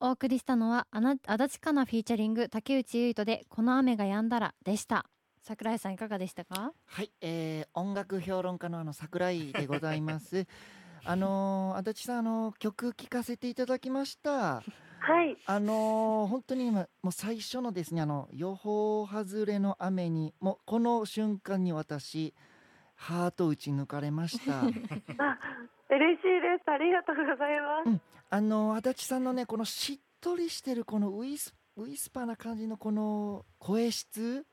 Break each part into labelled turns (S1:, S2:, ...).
S1: お送りしたのは、あな足立かなフィーチャリング竹内結人で、この雨が止んだらでした。桜井さんいかがでしたか
S2: はい、えー、音楽評論家のあの桜井でございます。あのー、足立さん、あのー曲聴かせていただきました。
S3: はい。
S2: あのー本当に今、もう最初のですね、あの、予報外れの雨に、もうこの瞬間に私、ハート打ち抜かれました。
S3: あ、嬉しいです。ありがとうございます。
S2: あの足立さんのねこのしっとりしてるこのウィスウィスパーな感じのこの声質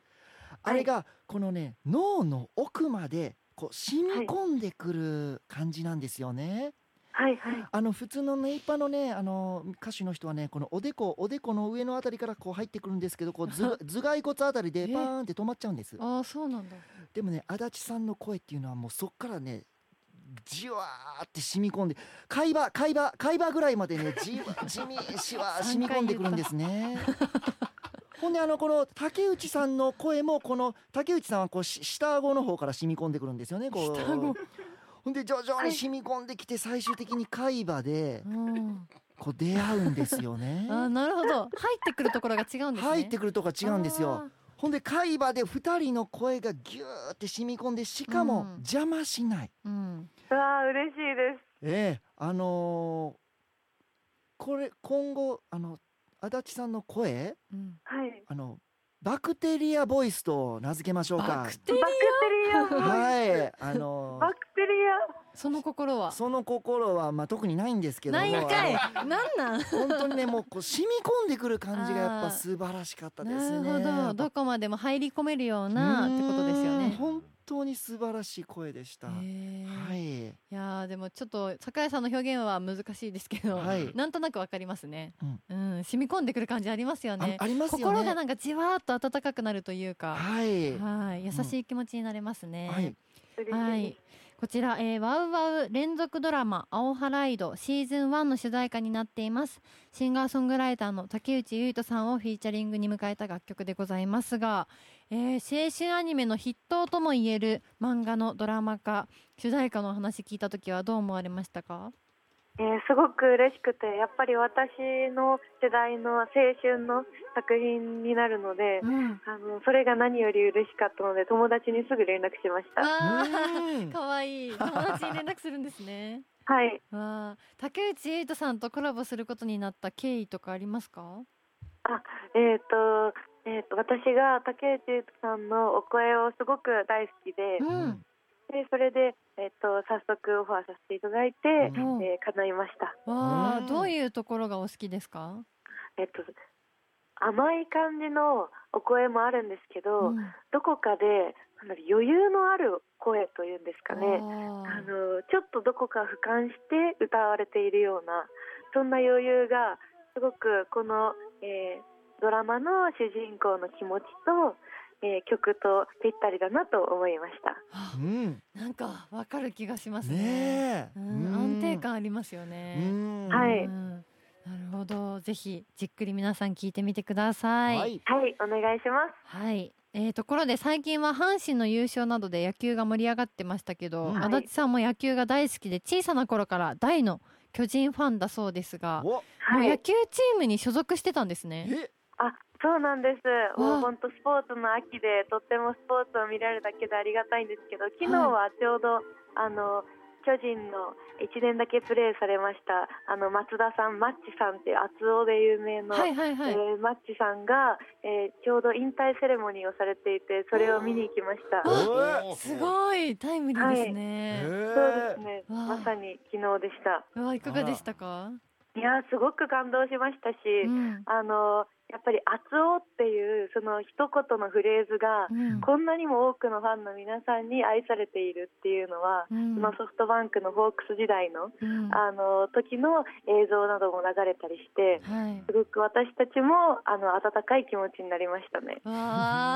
S2: あれがこのね脳の奥までこう染み込んでくる感じなんですよね。
S3: はいはい。
S2: あの普通のネイパーのねあの歌手の人はねこのおでこおでこの上のあたりからこう入ってくるんですけどこうず頭蓋骨あたりでパーンって止まっちゃうんです。
S1: ああ、そうなんだ。
S2: でもね足立さんの声っていうのはもうそっからねじわーって染み込んで海馬海馬海馬ぐらい までねじわじみしわー染み込んでくるんですね。ほんであのこの竹内さんの声もこの竹内さんはこうし下顎の方から染み込んでくるんですよねこう
S1: 下顎
S2: ほんで徐々に染み込んできて最終的に海馬で
S1: うん。
S2: こう出会うんですよね
S1: あ。ーなるほど。入ってくるところが違うんですね。
S2: 入ってくるとこ違うんですよ。
S1: あー。
S2: ほんで海馬で2人の声がギューって染み込んでしか
S1: う
S2: も
S1: ん
S2: 邪魔しない、
S1: うん。
S3: うわあ、嬉しいです。
S2: ええあのーこれ今後あの足立さんの声
S1: うん。
S3: はい。
S2: あのバクテリアボイスと名付けましょう
S1: バ
S2: か
S1: クテリ
S3: バクテリア。
S2: はいあのー
S3: バクテリ
S1: その心は。
S2: その心は、まあ、特にないんですけど
S1: な
S2: も
S1: いんかいな
S2: あ。
S1: んなん。
S2: の本当にねもうこう染み込んでくる感じがやっ
S1: あー
S2: ぱ素晴らしかったですね
S1: なるほど。どこまでも入り込めるようなってことですよ
S2: うん
S1: ね。
S2: 本当に素晴らしい声でした、
S1: へー、
S2: はいい
S1: やーでもちょっと酒井さんの表現は難しいですけど、
S2: はい
S1: なんとなくわかりますね、
S2: うん
S1: うん染み込んでくる感じありますよ
S2: あ
S1: ね
S2: ありますよね
S1: 心がなんかじわーっと温かくなるというか
S2: はい
S1: はい優しい気持ちになれますね、
S2: はい
S3: ア。
S1: は
S3: 嬉しい
S1: い。こちら、えーワウワウ連続ドラマ、アオハライドシーズン1の主題歌になっています。シンガーソングライターの竹内結人さんをフィーチャリングに迎えた楽曲でございますが、えー青春アニメの筆頭ともいえる漫画のドラマ化、主題歌のお話聞いたときはどう思われましたか
S3: えーすごく嬉しくて、やっぱり私の世代の青春の作品になるので、
S1: ん。
S3: あのそれが何より嬉しかったので、友達にすぐ連絡しました。
S1: わ
S2: うん
S1: ー、かわいい。友達に連絡するんですね。
S3: はい。
S1: わあ、竹内結人さんとコラボすることになった経緯とかありますか
S3: えっ、と。えー、と私が竹内結子さんのお声をすごく大好きで
S1: うん。
S3: でそれで、えー、と早速オファーさせていただいて、
S1: うん
S3: えー叶いました
S1: わあ、
S2: うん
S1: どういうところがお好きですか
S3: えっと、甘い感じのお声もあるんですけど、
S1: うん
S3: どこかでなんだろう余裕のある声というんですかね
S1: あ
S3: あのちょっとどこか俯瞰して歌われているようなそんな余裕がすごくこの、えードラマの主人公の気持ちと、えー曲とぴったりだなと思いました
S1: ー
S2: うん
S1: なんかわかる気がしますね。
S2: ね
S1: う
S2: え、
S1: ん、安定感ありますよね。
S2: ん
S3: は
S1: う
S3: い
S1: んなるほど、ぜひじっくり皆さん聞いてみてください。
S2: は
S1: はい。
S2: い、
S3: はいお願いします
S1: えーところで最近は阪神の優勝などで野球が盛り上がってましたけど、
S2: うん
S1: 足立さんも野球が大好きで小さな頃から大の巨人ファンだそうですが、
S2: お
S3: は
S1: もう野
S3: い
S1: 球チームに所属してたんですね。
S2: え
S3: あそうなんです
S1: わあ
S3: もう本当スポーツの秋でとってもスポーツを見られるだけでありがたいんですけど昨日はちょうど、あの巨人の1年だけプレーされましたあの松田さんマッチさんっていう厚尾で有名の、
S1: はいはいはい。
S3: えーマッチさんが、えーちょうど引退セレモニーをされていてそれを見に行きました
S1: わ
S2: お
S3: そ
S1: すごいタイムリーですね。
S3: う
S2: え
S3: ですね
S1: わあ
S3: まさに昨日でした
S1: うわいかがでしたか？
S3: いやーすごく感動しましたし、
S1: うん
S3: あのやっぱり「厚尾」っていうその一言のフレーズが、
S1: うん
S3: こんなにも多くのファンの皆さんに愛されているっていうのは、
S1: うん
S3: そのソフトバンクのホークス時代の、
S1: うん
S3: あの時の映像なども流れたりして、
S1: はい。
S3: すごく私たちもあの温かい気持ちになりましたね。
S1: わ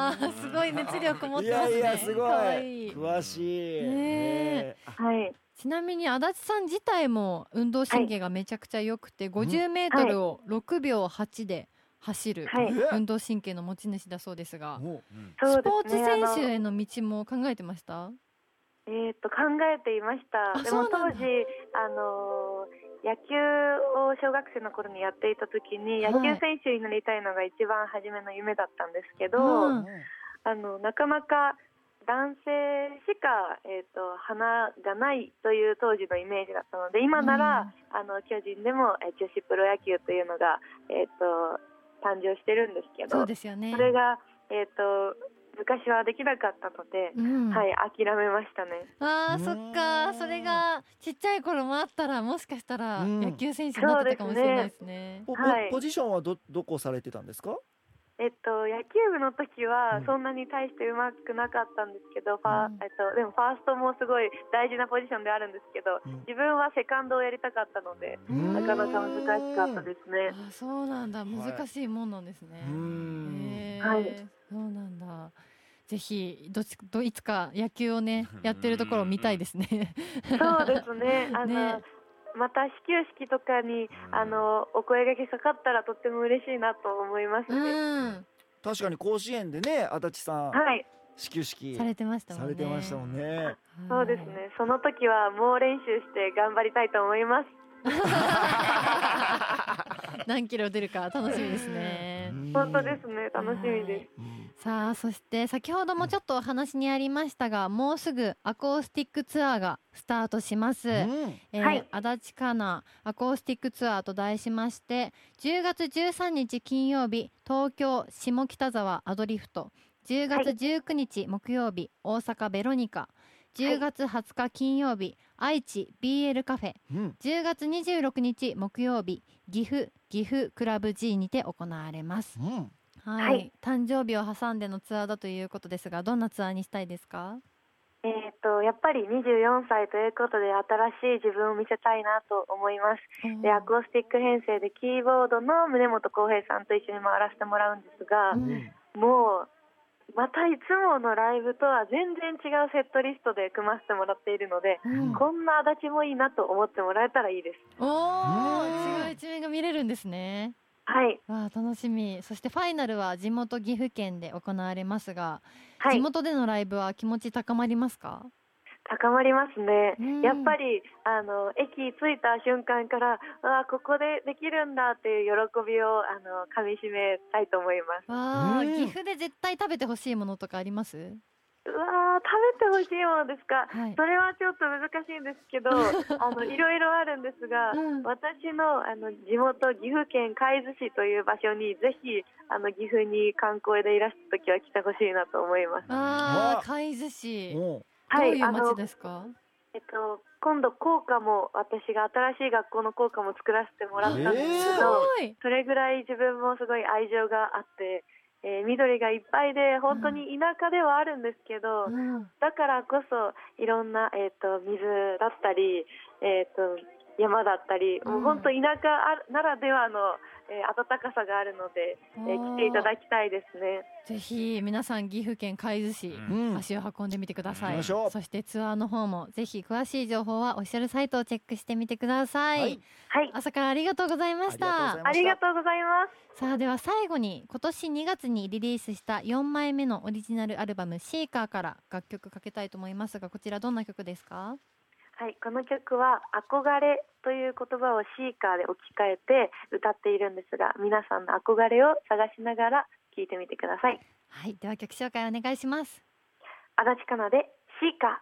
S1: あ、 すごい熱量こもっ
S2: い
S1: てま
S2: や
S1: すね。
S2: いやすご
S1: かわ
S2: い
S1: いい
S2: 詳しい
S1: ねえ
S2: え
S3: はい、
S1: ちなみに足立さん自体も運動神経がめちゃくちゃ良くて、50メートルを6秒8で走る
S3: はい、
S2: え
S1: 運動神経の持ち主だそうですが、
S2: お
S3: そ
S1: ス
S3: う
S1: ポー
S3: で
S1: ツ
S3: すね。あ
S1: 選
S3: の
S1: 手への道も考えてました？
S3: えー、と考えていました
S1: あ
S3: でも
S1: そうな
S3: 当
S1: んだ
S3: 時あのー野球を小学生の頃にやっていた時に
S1: はい
S3: 野球選手になりたいのが一番初めの夢だったんですけど、
S1: うん
S3: あのなかなか男性しか、えー、と花がないという当時のイメージだったので今なら、あの巨人でも、えー女子プロ野球というのが、えー、と誕生してるんですけ
S1: そ
S3: ど
S1: うですよね
S3: それが、えー、と昔はできなかったので、
S1: うん
S3: はい、諦めましたね。
S1: あ
S2: う
S1: ー
S2: ん
S1: そっかそれがちっちゃい頃もあったらもしかしたら
S2: うん
S1: 野球選手になってたかもしれないですね。
S2: ポポ
S3: はい
S2: ポジションはどどこされてたんですか
S3: えっと、野球部の時
S2: う
S3: は
S2: ん
S3: そんなに大してうまくなかったんですけど、ファ
S1: うん
S3: えっと、でもファーストもすごい大事なポジションであるんですけど、
S2: うん
S3: 自分はセカンドをやりたかったので、
S1: うん
S3: なかなか難しかったですね。
S1: あそうなんだ
S2: はい
S1: 難しいもんなんですね。
S2: うん
S1: へー
S3: はい
S1: そうなんだ。ぜひどっちどいつか野球を ねやってるところを見たいですね。
S3: そうですね。あの、
S1: ね
S3: また始球式とかに、あの、お声がけかかったらとっても嬉しいなと思います
S1: う
S3: ね。
S1: ん
S2: 確かに甲子園でね足立さん
S3: はい、
S2: 始球式
S1: されてましたも
S2: さ
S1: んね。
S2: れてましたもんね。
S1: は
S3: そう
S1: い
S3: ですね。その時はもう練習して頑張りたいと思います。
S1: 何キロ出るか楽しみですね。
S3: 本当ですね。楽しみです。
S2: うん。
S1: さあそして先ほどもちょっとお話にありましたがもうすぐアコースティックツアーがスタートします、
S2: うん
S1: えー
S3: はい
S1: 足立かなアコースティックツアーと題しまして10月13日金曜日東京下北沢アドリフト10月19日木曜日大阪ベロニカ10月20日金曜日愛知 BL カフェ
S2: うん
S1: 10月26日木曜日岐阜岐阜クラブ G にて行われます
S2: うん
S1: はい、
S3: はい
S1: 誕生日を挟んでのツアーだということですがどんなツアーにしたいですか
S3: えっと、やっぱり24歳ということで新しい自分を見せたいなと思います。で、アコースティック編成でキーボードの宗本浩平さんと一緒に回らせてもらうんですが、
S2: うん
S3: もう、またいつものライブとは全然違うセットリストで組ませてもらっているので、
S1: うん
S3: こんな足立もいいなと思ってもらえたらいいです。
S1: おお
S2: うん
S1: 違う一面が見れるんですね
S3: はい、
S1: わあ楽しみそしてファイナルは地元岐阜県で行われますが、
S3: は
S1: 地
S3: い、
S1: 元でのライブは気持ち高まりますか
S3: 高まりますね
S1: うん。
S3: やっぱりあの駅着いた瞬間から、あここでできるんだっていう喜びをあの噛み締めたいと思います。
S1: わあ
S2: うん
S1: 岐阜で絶対食べてほしいものとかあります
S3: うわー食べてほしいものですか。
S1: はい
S3: それはちょっと難しいんです けど、あのいろいろあるんですが、
S1: うん
S3: 私のあの地元岐阜県海津市という場所にぜひあの岐阜に観光でいらした時は来てほしいなと思います。
S1: あ
S2: わ
S1: あ海津市ど
S2: おう
S1: う
S3: はいい、
S1: う
S3: あ
S1: 町
S3: の
S1: ですか
S3: えっと今度校歌も私が新しい学校の校歌も作らせてもらったんです
S2: えー
S3: け
S1: す
S3: ど、
S1: ごい
S3: それぐらい自分もすごい愛情があって、えー緑がいっぱいで本当に田舎ではあるんですけど。
S1: うん
S3: だからこそいろんな、えー、と水だったり、えー、と山だったり、
S1: うん
S3: もう本当田舎ならではの、えー暖かさがあるので、えー
S1: おー
S3: 来ていただきたいですね。
S1: ぜひ皆さん岐阜県海津市、
S2: うん
S1: 足を運んでみてください、
S2: 行きましょう
S1: そしてツアーの方もぜひ詳しい情報はオフィシャルサイトをチェックしてみてください、
S2: はい
S3: はい、
S1: 朝からありがとうございました
S2: あ
S3: ありがとうございます。
S1: さあでは最後に今年2月にリリースした4枚目のオリジナルアルバム「シーカーから楽曲かけたいと思いますがこちらどんな曲ですか
S3: はい、この曲は「憧れ」という言葉をシーカーで置き換えて歌っているんですが皆さんの憧れを探しながら聴いてみてください
S1: はいでは曲紹介お願いします
S3: 足立かなでシーカー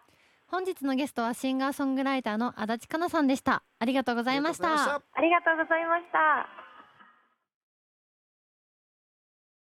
S1: 本日のゲストはシンガーソングライターの足立かなさんでしたありがとうございました
S2: ありがとうございました
S3: ありがとうございました